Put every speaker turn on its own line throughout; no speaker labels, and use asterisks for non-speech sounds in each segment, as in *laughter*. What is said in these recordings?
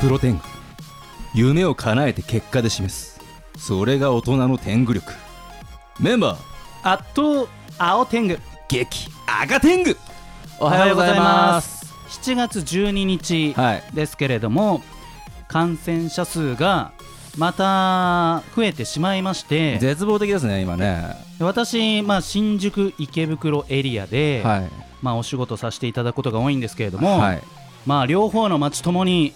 プロテング夢を叶えて結果で示すそれが大人の天狗力メンバー
あっと青天狗
激赤天狗お
お
す
す7月12日
はい
ですけれども、感染者数がまた増えてしまいまして
絶望的ですね今ね
私、まあ、新宿池袋エリアで、
はい
まあ、お仕事させていただくことが多いんですけれども、
はい
まあ、両方の町ともに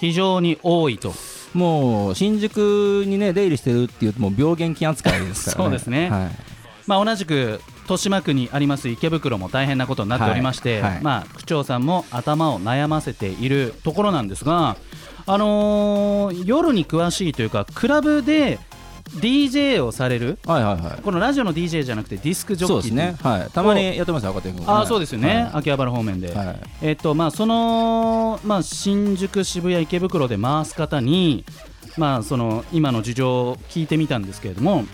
非常に多いと
もう新宿にね出入りしてるっていうともう病原菌扱いですからね
そうですね
はい
まあ、同じく豊島区にあります池袋も大変なことになっておりまして、
はいはい
まあ、区長さんも頭を悩ませているところなんですが、あのー夜に詳しいというかクラブで DJ をされる
はいはいはい
このラジオの DJ じゃなくてディスクジョ
そう
ッ
で
キ
す
ー
ねはいたまにやってました赤天狗も
ああそうですよね、
は
秋葉原方面で、
いはい
えっとまあ、その、まあ、新宿、渋谷、池袋で回す方に、まあ、その今の事情を聞いてみたんですけれども、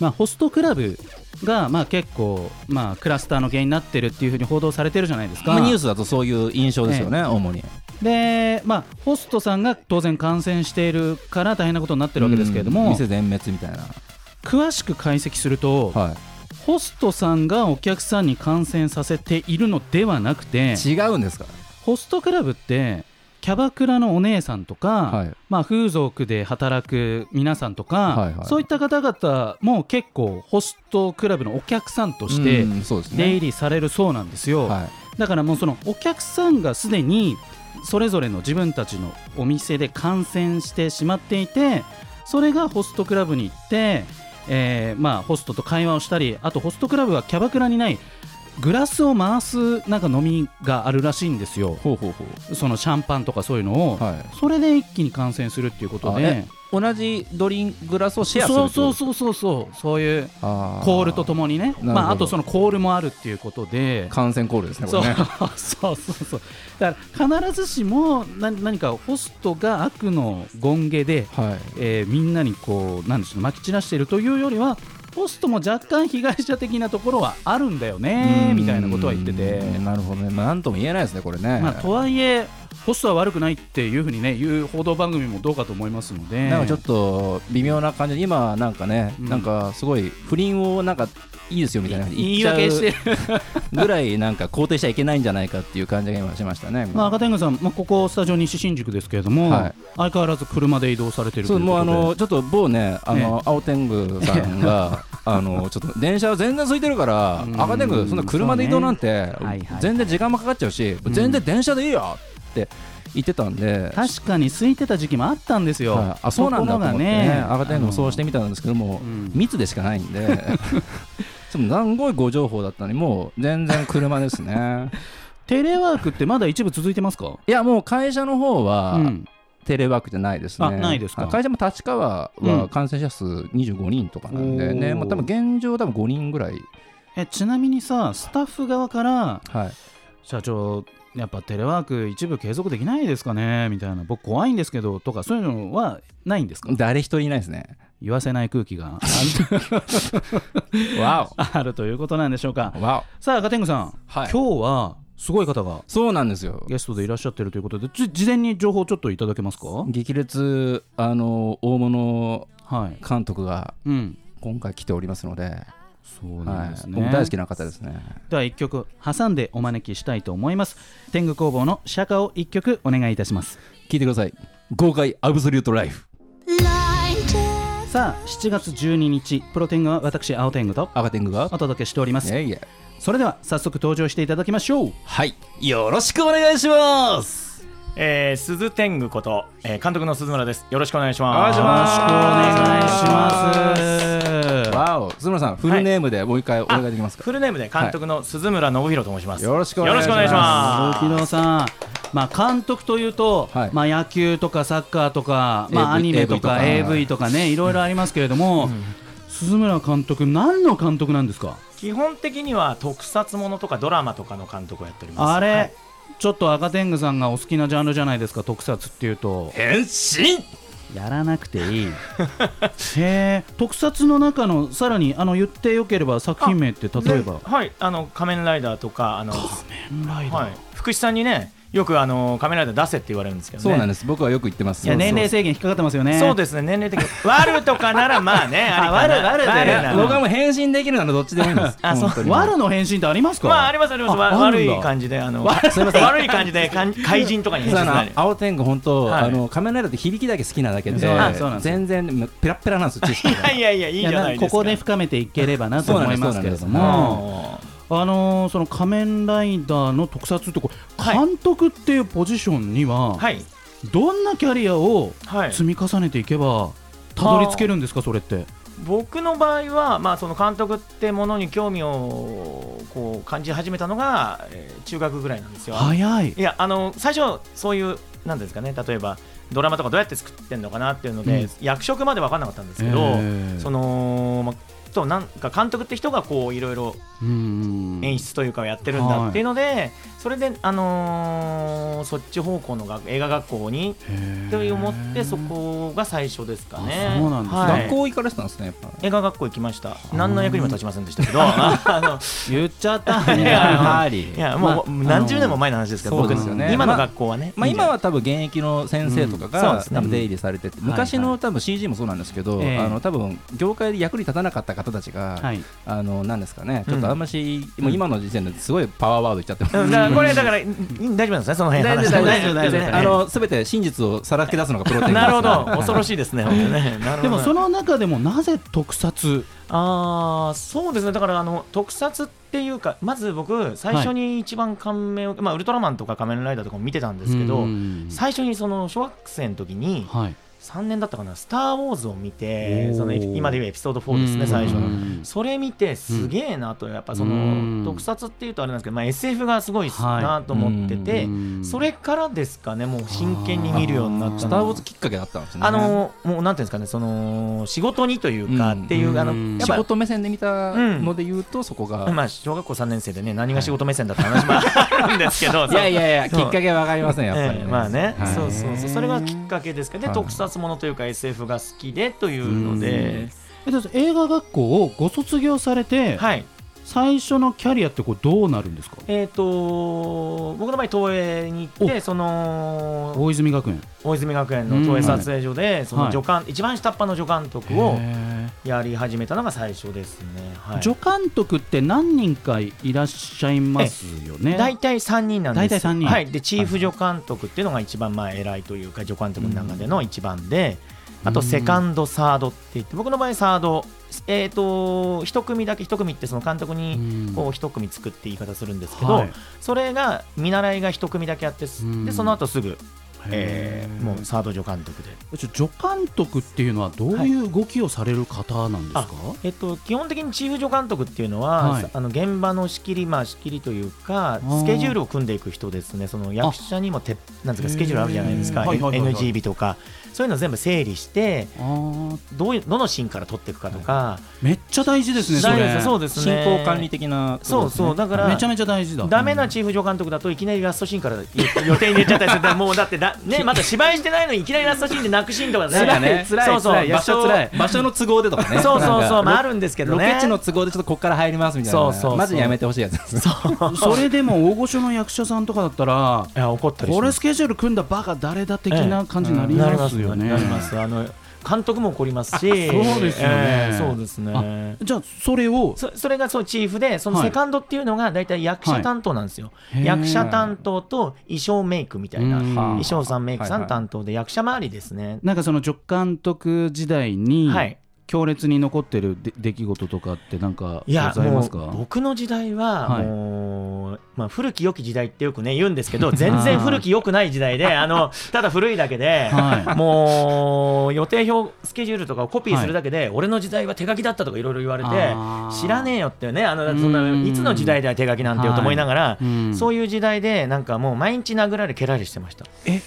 まあ、ホストクラブが、まあ、結構、まあ、クラスターの原因になってるっていうふうに報道されてるじゃないですか。
まあニュースだとそういう印象ですよね、
え
主に。
で、まあ、ホストさんが当然感染しているから大変なことになってるわけですけれど
うん
も、
店全滅みたいな。
詳しく解析すると、
は
ホストさんがお客さんに感染させているのではなくて、
い。違うんですか。
ホストクラブってキャバクラのお姉さんとか、
はい
まあ、風俗で働く皆さんとか、
はいはい
そういった方々も結構ホストクラブのお客さんとして
うんそうです
出入
ね。
りされるそうなんですよ、
は
だからもうそのお客さんがすでにそれぞれの自分たちのお店で感染してしまっていてそれがホストクラブに行って、えーまあ、ホストと会話をしたりあとホストクラブはキャバクラにないグラスを回すなんか飲みがあるらしいんですよ
い。ほうほうほう。
そのシャンパンとかそういうのを、
はい
それで一気に感染するっていうこと
あ
で
え同じドリンクグラスをシェアする
そう
ってこと
そうそうそうそうそういう
あ
コールとと
も
もにね
ほど
まあ、あとそのコールもあるっていうことで。
感染コールですねこ
*laughs* そう
れね
そうそうそうだから必ずしもな何かホストが悪の権下で、 *laughs*
はい
えーみんなにこうなんでしょうまき散らしているというよりはホストも若干被害者的なところはあるんだよねみたいなことは言ってて
うんなるほどねまあなんとも言えないですねこれね
まあ、とはいえ、ホストは悪くないっていうふうにね、言う報道番組もどうかと思いますので、
なんかちょっと微妙な感じで今なんかね
うん
なんかすごい不倫をなんかいいですよみたいな
言い訳して、
ぐらいなんか肯定しちゃいけないんじゃないかっていう感じが今しましたね
まあ、赤天狗さん、まあ、ここ、スタジオ西新宿ですけれども、
はい
相変わらず車で移動されてると
そ
いううことで
もうあのちょっと某ねあ
え
の、青天狗さん
*laughs*
があのちょっと電車は全然空いてるから
うん
赤天狗そんな車で移動なんて、
そうねはいはい
全然時間もかかっちゃうし、
ん
全然電車でいいよって言ってたんで。
確かに空いてた時期もあったんですよ、
はいあそうなんだと思って、ね
ところが
赤天狗もそうしてみたんですけども、
うん
密でしかないん
*laughs*
でちょっとすごいご情報だったのにもう全然車ですね
テレワークってまだ一部続いてますか、
いやもう会社の方は、
うん、
テレワークじゃないですね。
あないですか
会社も立川
うん
は感染者数25人とかなんでね、
おー
まあ多分現状多分5人ぐらい。
えちなみにさ、スタッフ側から、
はい。
社長やっぱテレワーク一部継続できないですかねみたいな僕怖いんですけどとかそういうのはないんですか
誰一人いないですね。
言わせない空気が *laughs*
わ
あるということなんでしょうか
お。わ
さあガテングさん、
はい
今日はすごい方が
お。そうなんですよ。
ゲストでいらっしゃってるということでじ事前に情報ちょっといただけますかは
激烈あの大物
い
監督が
うん
今回来ておりますので、
そうなん
は
です
い。
ね、
僕大好きな方ですね。
では一曲挟んでお招きしたいと思います天狗工房の釈迦を一曲お願いいたします
聞いてください。豪快アブソリュートライフ。
さあ7月12日プロ天狗は私青天狗と
赤天狗が。
お届けしております
いえいえ。
それでは早速登場していただきましょう
はい。よろしくお願いします。
えー、鈴天狗こと、えー監督の鈴村です。よろしくお願いします。
お願いします
よろしくお願いします
わお。鈴村さんフルネームでもう一回お願いできますか。
フルネームで監督の鈴村信弘と申します。
よろしくお願いします
よろしく
大木
お願
戸
いし
さんまあ監督というと、
はい
まあ野球とかサッカーとか、ま
AV
あ、アニメとか AV
と
と
か
かねいろいろありますけれども、鈴村監督何の監督なんですか
ます。基本的には特撮ものとかドラマとかの監督をやっております。
あれ、
はい
ちょっと赤天狗さんがお好きなジャンルじゃないですか特撮っていうと
変身
やらなくていい *laughs* へえ特撮の中のさらにあの言ってよければ作品名って例えば
ねはい、あの仮面ライダーとか、あの、
仮面ライダー
はい、福士さんにね、よくあのカメラで出せって言われるんですけどね
そうなんです僕はよく言ってます
いや
そうそう
年齢制限引っかかってますよね
そうですね年齢的にワルとかならまあね
あ
ありかな
ワルワルで
ワルなの
僕はもう返信できるならどっちでもいいんです
あそう
本当に
ワルの返信ってありますか、
まあありますありますわ
ああ
悪
るんだ
い感じであの
すいません
悪い感じでかん怪人とかに
そうあの
なる
青天狗本当、
はい
あの仮面ライダーって響きだけ好きなだけで
そうなんですそうなんです
全然ペラペラなんですよ知識
いや
が
いやいやいい
い
じ
や
ゃ
な
なんい
か
で
こ
すか
こで深めていければなと思いますけれど
そうなんですそうなん
も
で
あのーその仮面ライダーの特撮ってこれ
はい
監督っていうポジションには
はい
どんなキャリアを
はい
積み重ねていけばたどり着けるんですかそれって
僕の場合は、まあ、その監督ってものに興味をこう感じ始めたのが、えー中学ぐらいなんですよ。
早い
いやあの最初そういうなんですかね例えばドラマとかどうやって作ってんのかなっていうので、
うん
役職まで分かんなかったんですけど、その、まあ、となんか監督って人がこういろいろ演
演
出というかをやってるんだっていうので、それで、あのーそっち方向の学映画学校にと思ってそこが最初ですかね
あ。そうなんです
はい
学校行かれてたんですねやっぱ
映画学校行きました何の役にも立ちません
*laughs*
でしたけどあの
言っちゃった
いや
*laughs* はり
いやもう、
まあ
何十年も前の話ですけど、
そう
僕
で
の
すよね
今
ま
の
あ
学校はね、
まあ、
いいんじ
今
ゃない
は多分現役の先生とか
うんそうで
が
すね
多分出入りされてて、
ん
昔
はい
の多分 CG もそうなんですけど、
ええ
あの多分業界で役に立たなかった方たちが、
はい
あのなんですかね
うん
ちょっとあんまし、もう今の時点ですごいパワーワード言っちゃってます、
うんだからこれだからいい大丈夫なんですねその辺話して
大丈夫大丈夫大
*laughs*
丈夫
あの全て真実をさらけ出すのがプロテイン
なるほど恐ろ
しい
しいですね本当にねなるほど
でもその中でもなぜ特撮
ああそうですねだからあの特撮っていうかまず僕最初に一番感銘を、まあウルトラマンとか仮面ライダーとかも見てたんですけど、
うん
最初にその小学生の時に
はい
3年だったかな「スター・ウォーズ」を見て
おー
その今でいうエピソード4ですね最初
う
の
ん
それ見てすげえなとやっぱそ
うん
の特撮っていうとあれなんですけど、まあ、SF がすごい
はい
なと思ってて、
うん
それからですかねもう真剣に見るようになった
ス
の
タ
は
ー・ウォーズきっかけだったんですね
あのもうなんていうんですかねその仕事にというかっていう、
うん
あ
うん
のやっ
仕
ぱ
事目線で見たので言うと、そこが、
まあ、小学校3年生でね何が仕事目線だった話もあるんです
*laughs*
けど
いやいやいやき
そう
っかけはわかりませんやっぱり、
ええまあね、
はい
そうそうそうそれがきっかけですけど、ね
はい
特撮ものというか SF が好きでというので、
えだって映画学校をご卒業されて、
はい
最初のキャリアってこうどうなるんですか
えー、と僕の場合東映に行ってその
大泉学園
大泉学園の東映撮影所で、その
はい
助監、一番下っ端の助監督をやり始めたのが最初ですね。はい
助監督って何人かいらっしゃいますよね
大体3人なんです
大体三人
はい、でチーフ助監督っていうのが一番まあ偉いというか助監督の中での一番で、
うん
あとセカンドサードって言って僕の場合サード、えー、と一組だけ一組ってその監督に
うん
こう一組作って言い方するんですけど、
はい
それが見習いが一組だけあってす
うん
でその後すぐ、え
へ
ー
ー
もうサード助監督で。
ちょ助監督っていうのはどういう動きをされる方なんですか、
えっと、基本的にチーフ助監督っていうのは、
はい
あの現場の仕切り、まあ、仕切りというか
ー
スケジュールを組んでいく人ですねその役者にもてなんですかスケジュールあるじゃないですか、
へーはいはいはいはい
NG 日とかそういうのを全部整理して
あー
どういうどのシーンから撮っていくかとか、
めっちゃ大事ですねそ
大事
れ
ですそうですね
進行管理的な
そうそうだから
めちゃめちゃ大事だ
ダメなチーフ助監督だといきなりラストシーンからい予定に入れちゃったりするだからもうだってだ、ね、また芝居してないのにいきなりラストシーンで泣くシーンとか
なんかね辛い
そうそう
辛い
場所
辛い場所の都合でとかね
そうそうそう、まあ、
な
あ
んか
るんですけど
ロ
ね
ケ地の都合でちょっとここから入りますみたいな
そうそうそう
マジでやめてほしいやつです
*laughs* それでも大御所の役者さんとかだったら
いや怒ったりし
こ
ま
れ
す
スケジュール組んだバカ誰だ的な感じになり
なり
ま
ますす
よ
よ
ね、
ね。なります。あの監督も怒りますし、そう
ですよね
そうですね。
じゃあそれを
そそれがそうチーフで、その
はい
セカンドっていうのが大体役者担当なんですよ。
へー
役者担当と衣装メイクみたいな、
うん
衣装さんメイクさ
はいは
ん
い
担当で役者周りですね。
なんかその助監督時代に
はい
強烈に残ってるで出来事とかってなんか
い
ご
や
ざい
も
ま
う
すか
僕の時代は
はい
もう、まあ、古き良き時代ってよくね言うんです
*laughs*
けど全然古き良くない時代であのただ古いだけで、
は
もう予定表スケジュールとかをコピーするだけで、俺の時代は手書きだったとかいろいろ言われて
あー
知らねえよっていうねあのそん
う
なんいつの時代では手書きなんてよと思いながら、
うん
そういう時代でなんかもう毎日殴られ蹴られしてました。
え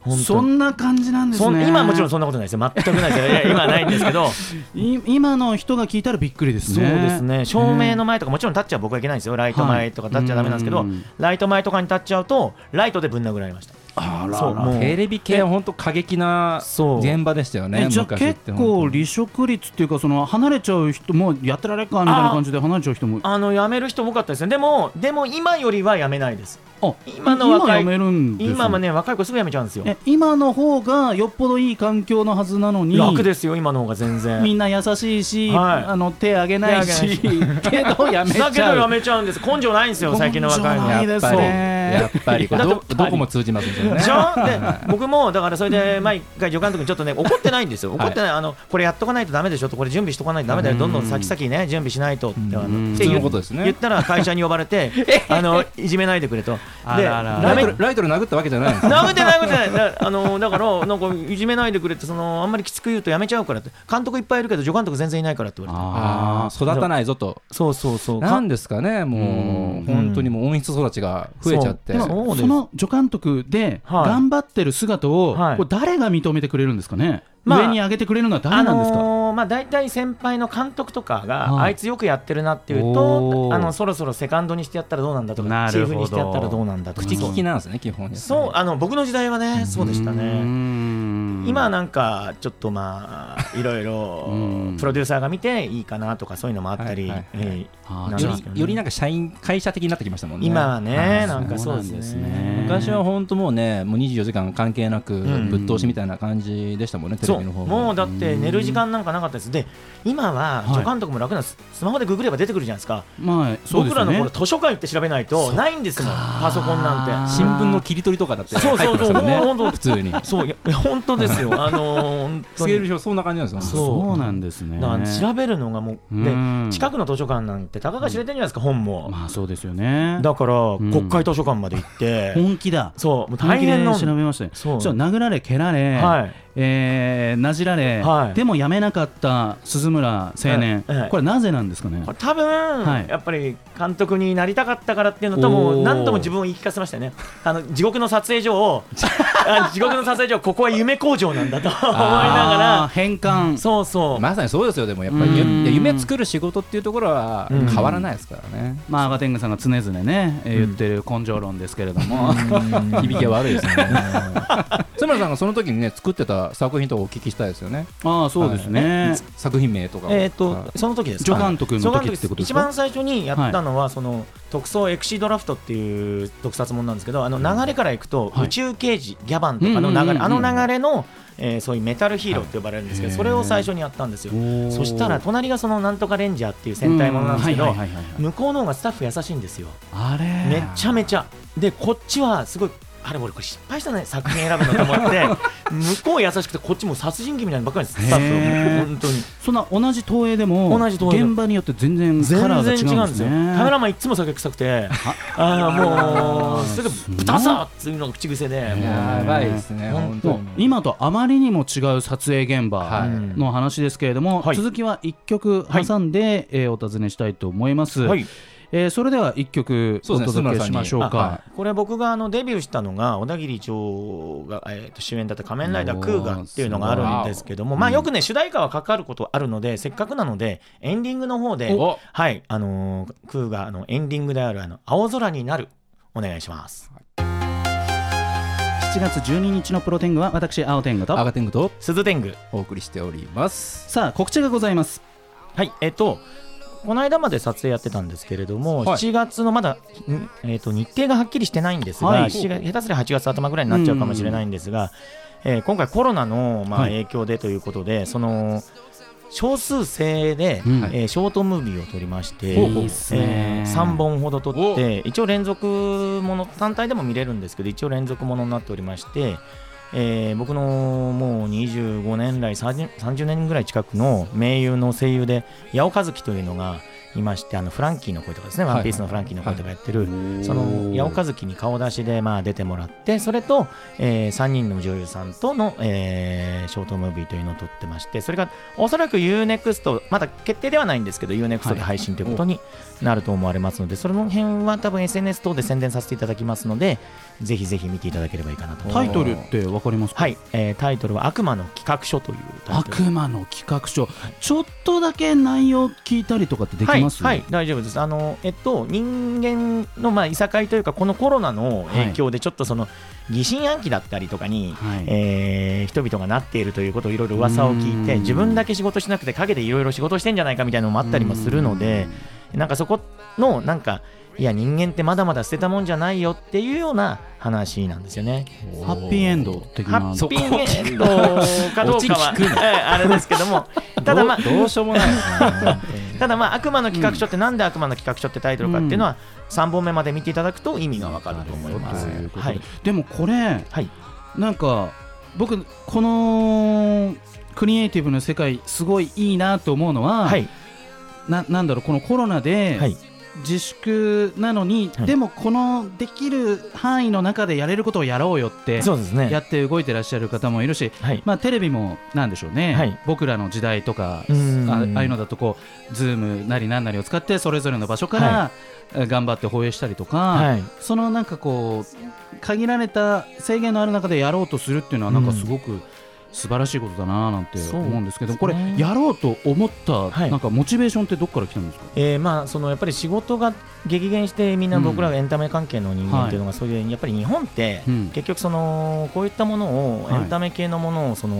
本当に
そんな感じなんです
そん
ね
今はもちろんそんなことないですよ全くないですよいや今はないんですけど。
い今の人が聞いたらびっくりです
そう
ね
ですね照明の
ね
前とかもちろん立っちゃ僕はいけないんですよライト前とか
はい
立っちゃだめなんですけど、
うん
ライト前とかに立っちゃうとライトでぶん殴られました
あら
そうもう
テレビ系は本当過激な
そう
現場でしたよね
えじゃあ
昔っ
結
て
構
本当に
離職率っていうかその離れちゃう人もうやってられっかみたいな感じで離れちゃう人も
あの辞める人多かったですねでもでも今よりは辞めないです
あ
今の若い
今やめるんですね
今もね若い子すぐ辞めちゃうんですよ
え今の方がよっぽどいい環境のはずなのに
楽ですよ今の方が全
み
然
んな優しいし、
はい
あの手あげないし
手
けどやめちゃ
だ
う
けど辞めちゃうんです根性ないんですよ最近の若い
根
の
性ない
や
で
っ
す
ぱり
ね
やっぱりこれ
やっ
ど
ぱり
どこも通じますんですよね
でしょで僕もだからそれで毎回助監督にちょっとね怒ってないんですよ怒ってない、あのこれやっとかないとダメでしょとこれ準備しとかないとダメだよどんどん先々ね準備しないとってあ
うん
のっ
普
て
通
言
の
っ
ことです
言っ
ね
たら会社に呼ば
*laughs*
れてあのいじめないでくれと。で
あら
ラ
ら
イ
め
トルライトル殴ったわけじゃないんです
殴ってない殴ってないだあのだからなんかいじめないでくれってそのあんまりきつく言うとやめちゃうからって監督いっぱいいるけど助監督全然いないからって言われて
あ
あ
あ育たないぞと
そうそうそうか
なんですかねも
うん
う本当にもう温室育ちが増えちゃって
ーで
そう
も
です
その助監督で
はい
頑張ってる姿を、
はい
これ誰が認めてくれるんですかね、
まあ
上に上げてくれるのは誰なんですか、
あのーまあ、大体先輩の監督とかが、
はい
あいつよくやってるなっていう
お
と
ー
あのそろそろセカンドにしてやったらどうなんだと
な
かチ
るほ
ー
ど
フにしてやったらどうなんだとか
口利きなんですね基本ね
そうあの僕の時代はねそうでしたね
ね
今なんかちょっとまあいろいろ
ん
プロデューサーが見ていいかなとかそういうのもあったり、
はいはいはい
え
あー
なん
じ
で
よ
ゃ
すかね
りよりなんか社員会社的になってきましたも
え
んね
今はね
あ
なんかそうです
そうなんです
ね
ね
昔は本当もうねもう24時間関係なく
ん
ぶっ通しみたいな感じでしたもんね、テ
そ
レ
う
ビの方
もうだって寝る時間なんかなかったですで今は
はい
助監督も楽なんです、スマホでググれば出てくるじゃないですか
あまあそうです
僕ら
よ
の
ね
頃図書館行って調べないとないんですもんパソコンなんて
新聞の切り取りとかだって
そうそ
入っ
うそう
てましたもんね
本当
普通に
そういやいや本当ですよあのー本
ス
当
ケール
に
表そんな感じなんですよ
そう
そうなんですね
だから調べるのがもう
う
ね
ん
近くの図書館なんてたかが知れてるじゃないですか本も
まあそうですよね
だから
ん
国会図書館まで行って
本気だ
そうもう
本
大
気で
変な
調べましたよ
そう
そう殴られ蹴られ、
はい
えーなじられ、
はい
でもやめなかった鈴村青年、
ええええ
これなぜなんですかね
これ多分、
はい
やっぱり監督になりたかったからっていうのとも
お
う
ー
何度も自分を言い聞かせましたよねあの地獄の撮影所
*laughs*
をあ地獄の撮影所ここは夢工場なんだと思いな
あー
が
変換
らそうそう、
まさにそうですよでもやっぱり
うん
ゆ夢作る仕事っていうところは
うん
変わらないですからね
まあ、アガテングさんが常々ね、えー言ってる根性論ですけれども、
*laughs* 響きは悪いですね津村さんがその時にね作ってた作品とかお聞きしたいですよね
ああそうですね、
作品名とかを
えー、
は
と
い
その時です
助
か
監督の時ってことです
一
か
番最初にやったのは、その特捜エクシードラフトっていう特撮ものなんですけどあの流れからいくと、
はい
宇宙刑事ギャバンとかの流れ、
うんうんうんうん
あの流れの、えーそういうメタルヒーローって呼ばれるんですけど、
はい
それを最初にやったんですよ
おー
そしたら隣がそのなんとかレンジャーっていう戦隊ものなんですけ
う
ど
はいはいはいはい
向こうの方がスタッフ優しいんですよ
あれ
めちゃめちゃでこっちはすごいあれ俺これ失敗したね作品選ぶのと思って向こう優しくてこっちもう殺人鬼みたいなのばっかりですスタッフ
へ
は
ー
本当に
そんな同じ投影でも
同じ投影でも
現場によって全然
全
カラーが
然違
違う
うん
ん
で
ですす
よ
ね
カメラマンいつも酒臭くてああもうそれで豚さっていうのが口癖でもう
やばいですね
本
本
当
当
もう今とあまりにも違う撮影現
は
場
い
の話ですけれども、
はい
続きは1曲挟んで、えーお尋ねしたいと思います、
はい
えーそれでは1曲
そう
お
ですね
届けしましょう
あ
か、
は
これ僕があのデビューしたのが小田切長が、えーと主演だった「仮面ライダークーガ」っていうのがあるんですけども
おーすごい
まあよくね主題歌はかかることあるのでせっかくなのでエンディングの方で
お
はいあのークーガのエンディングであるあの「青空になる」お願いします
7月12日のプロテングは私青天狗と
アガテングと
鈴天狗
お送りしております
さあ告知がございます
はい、えっと、この間まで撮影やってたんですけれども、
はい
7月のまだ、んえっと、日程がはっきりしてないんですが、
はい
7月下手すりゃ8月頭ぐらいになっちゃうかもしれないんですが、えー今回コロナの、まあ、
はい
影響でということで、その少数制で、
うん
えーショートムービーを撮りまして、
ほうほう
いいっす
え
ね、
3本ほど撮って一応連続もの単体でも見れるんですけど一応連続ものになっておりまして、えー僕のもう25年来 30, 30年ぐらい近くの名優の声優で八尾和樹というのがいましてあのフランキーの声とかですね「
はい
ワンピースのフランキーの声とかやってる、
本
その八尾和樹に顔出しでまあ出てもらってそれと、え3人の女優さんとの、えーショートムービーというのを撮ってましてそれがおそらく UNEXT まだ決定ではないんですけど UNEXT で配信ということになると思われますので、その辺は多分 SNS 等で宣伝させていただきますのでぜひぜひ見ていただければいいかなと思います
タイトルってわかりますか
はい、えータイトルは「悪魔の企画書」というタイトル
悪魔の企画書、ちょっとだけ内容聞いたりとかってできます、
はい、はい、大丈夫です。あのえっと人間のまあいさかいというかこのコロナの影響でちょっとその疑心暗鬼だったりとかに。
はい
えー人々がなっているということをいろいろ噂を聞いうて
ん
自分だけ仕事しなくて陰でいろいろ仕事してんじゃないかみたいなのもあったりもするのでなんかそこのなんかいや人間ってまだまだ捨てたもんじゃないよっていうような話なんですよね。
ハッピーエンド的
ハ
な
ッピーエンドかどうかは
そこ
ええあれですけどもただまあ
どうどうしようもない
*laughs* ただまあ悪魔の企画書ってなんで悪魔の企画書ってタイトルかっていうのは3本目まで見ていただくと意味がわかると思います。
なるほど
はい
でもこれ
はい
なんか僕このクリエイティブの世界すごいいいなと思うのは、
はい
ななんだろうこのコロナで
はい
自粛なのに、
はい
でもこのできる範囲の中でやれることをやろうよって
そうですね
やって動いてらっしゃる方もいるし、
はい
まあ、テレビもなんでしょうね、
はい
僕らの時代とか
うーん
あああいうのだとこう Zoom なりなんなりを使ってそれぞれの場所から、え頑張って放映したりとか、
はい
そのなんかこう限られた制限のある中でやろうとするっていうのはなんかすごく素晴らしいことだななんて
そう
思うんですけど、
ですね
これやろうと思った
はい
なんかモチベーションってどっから来たんですか、
えーまあそのやっぱり仕事が激減してみんな僕ら
うん
エンタメ関係の人間っていうのがそういうやっぱり日本って
うん
結局そのこういったものを
は
エ
い
ンタメ系のものをその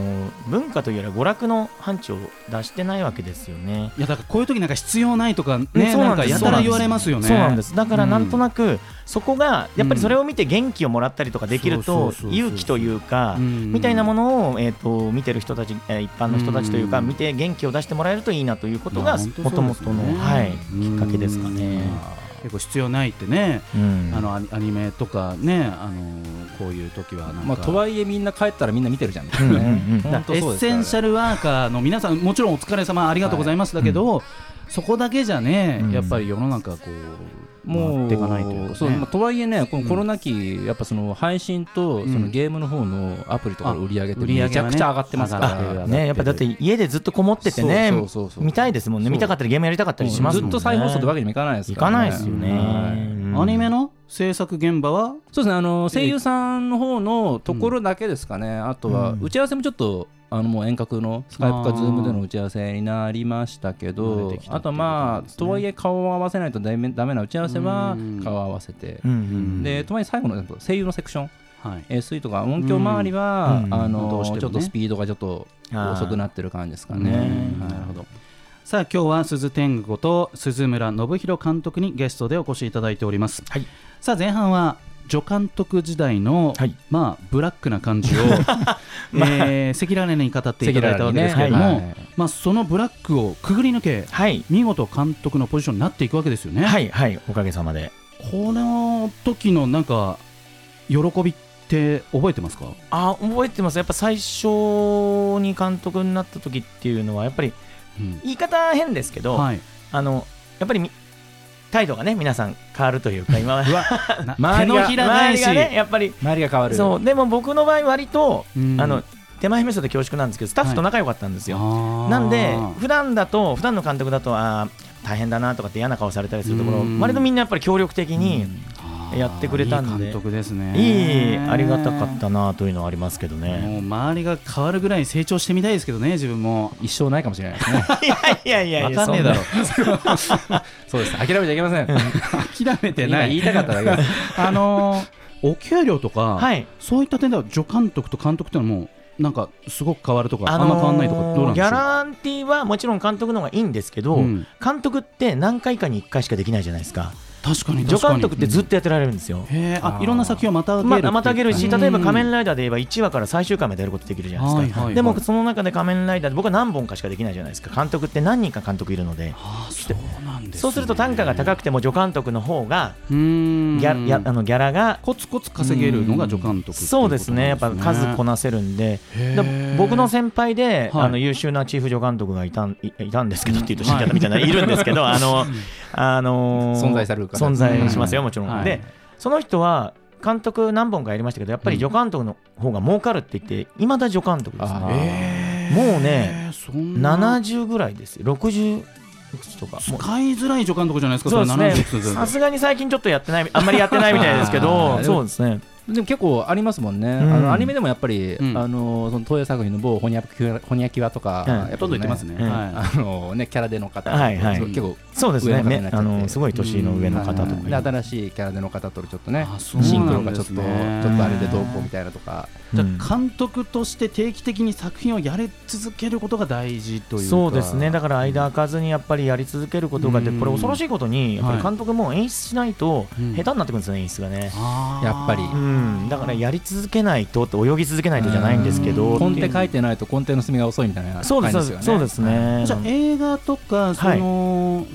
文化というよりは娯楽の範疇を出してないわけですよね。
いやだからこういう時なんか必要ないとかね、
うんそう
な
なんん
か
です
やたら言われますよね。
そうなんですだからなんと
く、
なくそこがやっぱりそれを見て元気をもらったりとかでき
そ
る
う
と
そうそうそう
勇気というか
うん
みたいなものをえーと見てる人たちえー一般の人たちというか
うん
見て元気を出してもらえるといいなということ
まあ
が
本当
もとも
そ
と
うですね
のはい
うん
きっかけですかね。
結構必要ないってね、
うん
あのアニアニメとかね、あのこういう時はなんか、
まあとはいえみんな帰ったらみんな見てるじゃん。
うんうんうん
ほんと
エ
そう
ッ
ですからね
センシャルワーカーの皆さん、もちろんお疲れ様ありがとうございますだけど、そこだけじゃね、
うん
やっぱり世の中、こう、回っていかないというか、ね、
そうまあとはいえね、こ
う
の
ん
コロナ期、やっぱその配信と
うん
そのゲームの方のアプリとかの売り上げって
あ売り上
め
げ
ち
は
ゃ
ね
くちゃ上がってますか
上がってる
ら。
ね、やっぱだって家でずっとこもっててね
そうそうそうそう
見たいですもんね
そう
見たかったりゲームやりたかったりしますもんね
ずっと再放送ってわけにもいかないです
い
か、
からな
ね。
いですよね、
はい
うん
アニメの制作現場は、
そうですねあの声優さんの方のところだけですかね、あとは
うん
打ち合わせもちょっとあのもう遠隔のスカイプ
あ
か
ー
ズームでの打ち合わせになりましたけ
慣
ど
れてきた
あとま
っていうことな
あとは
んですね
いえ顔を合わせないとダメダメな打ち合わせは
うん
顔を合わせて
う、ん
でとはいえ最後の声優のセクション
はい、
SE とか音響周りは、
うん
あ
うん
の
どうしてもね
ちょっとスピードがちょっと遅くなってる感じですかね。
あー
は
うん
い
なるほどさあ今日は鈴天狗こと鈴村信弘監督にゲストでお越しいただいております、
はい
さあ前半は助監督時代の、
はい
まあブラックな感じをえー赤裸々に語っていただいたわけですけれども、
赤裸々にねはい
まあ、そのブラックをくぐり抜け
はい
見事監督のポジションになっていくわけですよね、
はいはいおかげさまで
この時のなんか喜びって覚えてますか
あ覚えてますやっぱ最初に監督になった時っていうのはやっぱり
うん
言い方変ですけど、 *laughs*
はい、
あのやっぱりみ態度がね皆さん変わるというか今は
な
周
手
りが
のひら返
周り
し、
がねやっぱり
周りが変わる
そうでも僕の場合割と、
うん
あの手前味噌で恐縮なんですけどスタッフと仲良かったんですよ、
あー
なんで普段だと普段の監督だとあー大変だなとかって嫌な顔されたりするところ
うん
割とみんなやっぱり協力的にやってくれたん
あー
で
いい監督ですね
いいありがたかったなというのはありますけどね。
もう周りが変わるぐらい成長してみたいですけどね自分も
一生ないかもしれないですね。
*laughs* いやいやいやいや
わかんねえだろ
そんな。
そうです諦めちゃいけません。
諦めてな
今言
い
いたかっただけ
*laughs*
です。
あのーお給料とか、
はい
そういった点では助監督と監督ってのはもうなんかすごく変わるとか、あんま変わんないとかどうなんで
ギ
しょう
ャランティーはもちろん監督の方がいいんですけど、
うん
監督って何回かに1回しかできないじゃないですか
確かに
助
確かに
監督ってずっとやってられるんですよ、
へえあ
あー
いろんな先をまた受ける
ま
っていう
あ、またげるし
うん
例えば仮面ライダーで言えば1話から最終回までやることできるじゃないですか、
はいはいはい
でもその中で仮面ライダーで僕は何本かしかできないじゃないですか監督って何人か監督いるので
あーそうなんです、ね、
そうすると単価が高くても助監督の方が
うーん
ギャ,、やあのギャラが
コツコツ稼げるのが助監督っていことなんですね
そうですねやっぱ数こなせるんでだ僕の先輩で、
はい
あの優秀なチーフ助監督がいたんいいたんですけどっていうと死んじゃったみたいな、い、るんです
*laughs*
けどあの、あのー
存在されるから
存在しますよもちろん、
はい
でその人は監督何本かやりましたけどやっぱり助監督の方が儲かるって言っていまだ助監督ですね
あー
えー
もうね
そんな
70ぐらいですよ60いくつとか
使
もう
いづらい助監督じゃないですか
そうですね
れ70
さすがに最近ちょっとやってないあんまりやってないみたいですけ
あ
ど
ー
そうですね
でも結構ありますもんね、
ん
あのアニメでもやっぱり、
うん
あのその東映作品の某ほにゃきわほにゃきわとか、
うん
やっぱり
どんどんいってますね、
うん
は
あのねキャラでの方、
はいはい
そう結構
そうです
上
ね
の方に
ね
なっちゃ
あ
って
のすごい年の上の方とか
う
で
いる
新しいキャラでの方とちょっとね
あそうなんです
シ
ね
ンクロがちょっとちょっとあれでどうこうみたいなとか
い、
うん
じゃあ監督として定期的に作品をやり続けることが大事というか
そうですねだから間開かずにやっぱりやり続けることがで
うん
これ恐ろしいことにやっぱり監督も演出しないと
うん
下手になってくるんですよね演出がね。
あー
やっぱり
うん、だからやり続けないとって泳ぎ続けないとじゃないんですけど
う
コ
ん
ンテ書いてないとコンテの進みが遅いみたいな
そう
感
で
じですすよね
そうですね
じゃあ映画とかその、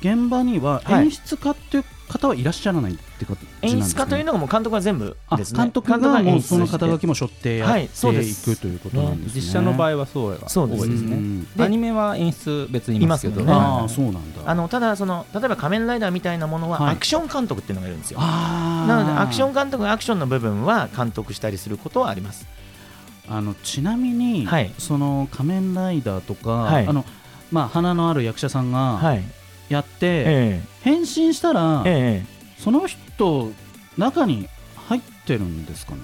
現場には
はい
演出家っていう方はいらっしゃらないってこと
演出家という
の
のがもう監督が全部
は
ですね
監督がもうその
して
肩書きも背負ってやっ
は
てい
いそうです
くということなんですね
実写の場合はそうが
そう
多
で
い
す
です
う
ね
ん
で
アニメは演出別にいますけど
い
ね
ますもんね
ああそうなんだ
あのただその例えば仮面ライダーみたいなものは
はい
アクション監督っていうのがいるんですよ、
あー
なのでアクション監督がアクションの部分は監督したりすることはあります
あのちなみに、
はい
その仮面ライダーとか、
はい
あのまあ花のある役者さんが
はい
やって、
え
変身したら、
えええ
その人中に入ってるんですかね。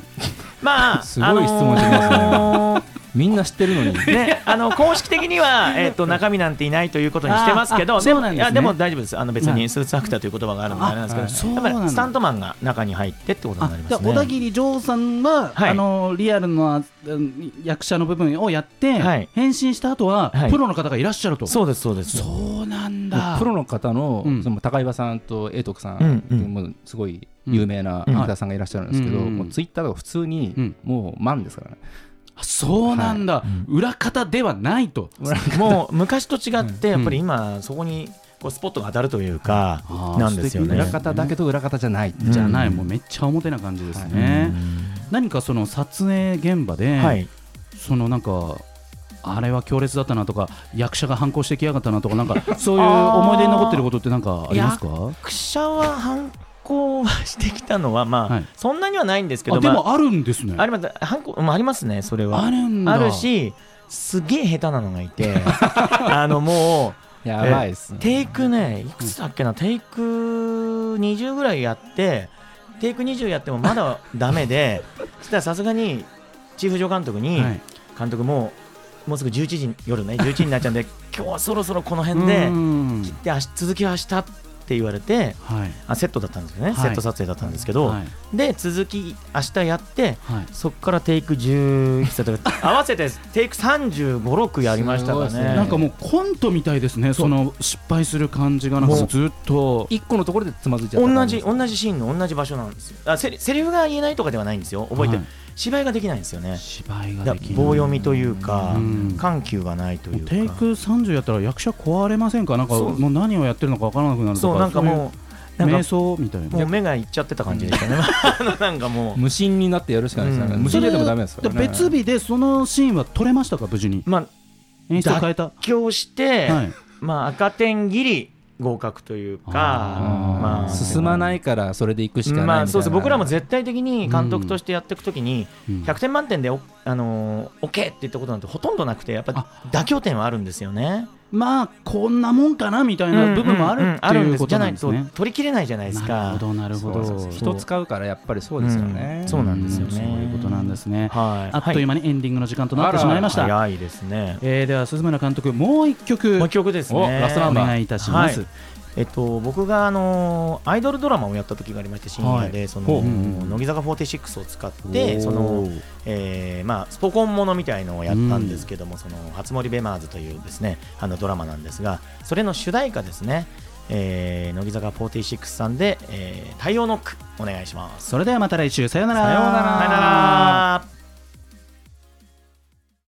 まあ
すごい質問してますね
あのー
みんな知ってるのに
ね、あの公式的には、えっと中身なんていないということにしてますけ
あ
ど、
あそうなんですね
いやでも大丈夫です、あの別
は
に
い
スーツアクターという言葉があるのであれなん
あ
です
そ
け
う
ど、
な
や
ん
っ
だ
ぱりスタントマンが中に入ってってことになります
じゃあ小田
ね。
切丈さんは、
はい
あのリアルのうん役者の部分をやって、
はい
変身した後は、
はい
プロの方がいらっしゃると。
そうですそうです。
そうなんだ。
プロの方の,、
うん
その高岩さんと永徳さん
うん
っていうもうすごい有名な
うん
アクターさんがいらっしゃるんですけど、
うんうん
もうツイッターとか普通
う
に
ん
もう満ですからね、
あそうなんだ、裏方ではないと。
もう昔と違って
うん
やっぱり今そこにこうスポットが当たるというか
あー
なんですよね。
裏方だけど裏方じゃない、
うん
じゃない、もうめっちゃ表な感じですね。何かその撮影現場で、
はい。
そのなんかあれは強烈だったなとか役者が反抗してきやがったなとかなん
*laughs*
かそういう思い出に残ってることってなんかありますか
役者は反抗はしてきたのはまあ、
はい
そんなにはないんですけど、
あで
ま
もあるんですね
あ、あります反抗まあありますねそれは。
あるんだ
あるしすげえ下手なのがい
*laughs*
てあのも
やばいっす
う
ね
テイクねいくつだっけなテイク20ぐらいやってテイク20やってもまだダメ
*laughs*
でそしたらさすがにチーフ助監督に、
はい
監督もうもうすぐ11時夜ね11時になっちゃうんで今日はそろそろこの辺
う
で
ん
切ってあし続きは明日って言われて
はい
あセットだったんですよね、
はい
セット撮影だったんですけど、
はい
で続き明日やって
はい
そこからテイク11
*laughs*
合わせてテイク356やりましたから
すごいです
ね
ね
なんかもうコントみたいですね
そ
そ
う
の失敗する感じがなんか
もう
ずっと
一個のところでつまずいちゃった
同
感で
じ
すね
同じシーンの同じ場所なんですよあセリセリフが言えないとかではないんですよ覚えてる、
はい
芝居ができないんですよね
芝居が
だ
で
から
きない
棒読みというか、
うん
緩急がないというか
テイク30やったら役者壊れませんかなんか
そう
もう何をやってるのか分からなくなるとか
そうなんかもう
そういう
なん
瞑
か
想みたいな
もう目がいっちゃってた感じでしたね *laughs* あのなんかも
無心になってやるしかないですからね、
うん
無心でやってもダメですから
そ
ね
れ別日でそのシーンは撮れましたか無事に
うまあ
演出を変えたは
今日して、
い
まあ赤点ギリ合格というか
あー
まあ
進まないからそれで行くしかないみたいな、
まあ、そうです僕らも絶対的に監督としてやっていくときに
うん
100点満点でお、あのー、OK って言ったことなんてほとんどなくてやっぱ
あ
妥協点はあるんですよね。
まあこんなもんかなみたいな部分もある
うんうんうん
っていうこと
じゃな
なん
い
です
と
ね
取り切れないじゃないです
なる
か
ほ。どなるほ
そうそうそう
ど
人使うからやっぱりそうですよね、
うんそうなんですよね
そういうことなんですね
はい、
あっという
は
間にエンディングの時間となってしまいました
早いですね。
えーでは鈴村監督もう一曲
もう一曲ですね。
おラストナ
お
ンバー
願いいたします
はいえっと、僕が、あのーアイドルドラマをやった時がありまして深夜で、そ
ほ
の
ううんうん
乃木坂46を使っ
お
て
ー
その、えーまあ、スポコンものみたいのをやったんですけども、その初森ベマーズというですねあのドラマなんですがそれの主題歌ですね、えー、乃木坂46さんで「えー、太陽ノック」お願いします。
それではまた来週さようなら
さようなら